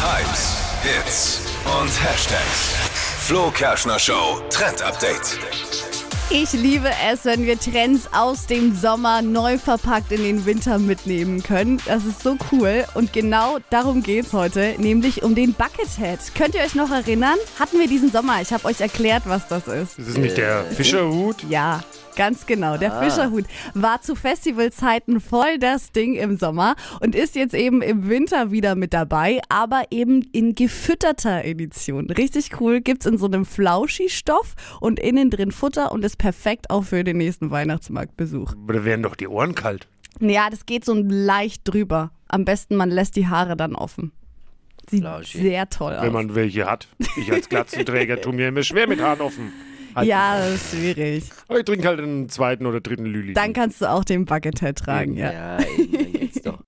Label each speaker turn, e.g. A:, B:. A: Hypes, Hits und Hashtags. Flo Kerschner Show Trend Update.
B: Ich liebe es, wenn wir Trends aus dem Sommer neu verpackt in den Winter mitnehmen können. Das ist so cool. Und genau darum geht's heute, nämlich um den Buckethead. Könnt ihr euch noch erinnern? Hatten wir diesen Sommer. Ich habe euch erklärt, was das ist.
C: Das ist nicht der Fischerhut.
B: Ja, ganz genau. Der Fischerhut war zu Festivalzeiten voll das Ding im Sommer und ist jetzt eben im Winter wieder mit dabei, aber eben in gefütterter Edition. Richtig cool. Gibt's in so einem Flauschi-Stoff und innen drin Futter und ist perfekt auch für den nächsten Weihnachtsmarktbesuch.
C: Aber da werden doch die Ohren kalt.
B: Ja, das geht so leicht drüber. Am besten, man lässt die Haare dann offen. Sieht
D: Flauschi.
B: sehr toll aus.
C: Wenn man welche hat. Ich als Glatzenträger tue mir immer schwer mit Haaren offen. Halt.
B: ja, das ist schwierig.
C: Aber ich trinke halt einen zweiten oder dritten Lüli.
B: Dann kannst du auch den Buckethead tragen, ja.
D: Ja, eben, dann geht's doch.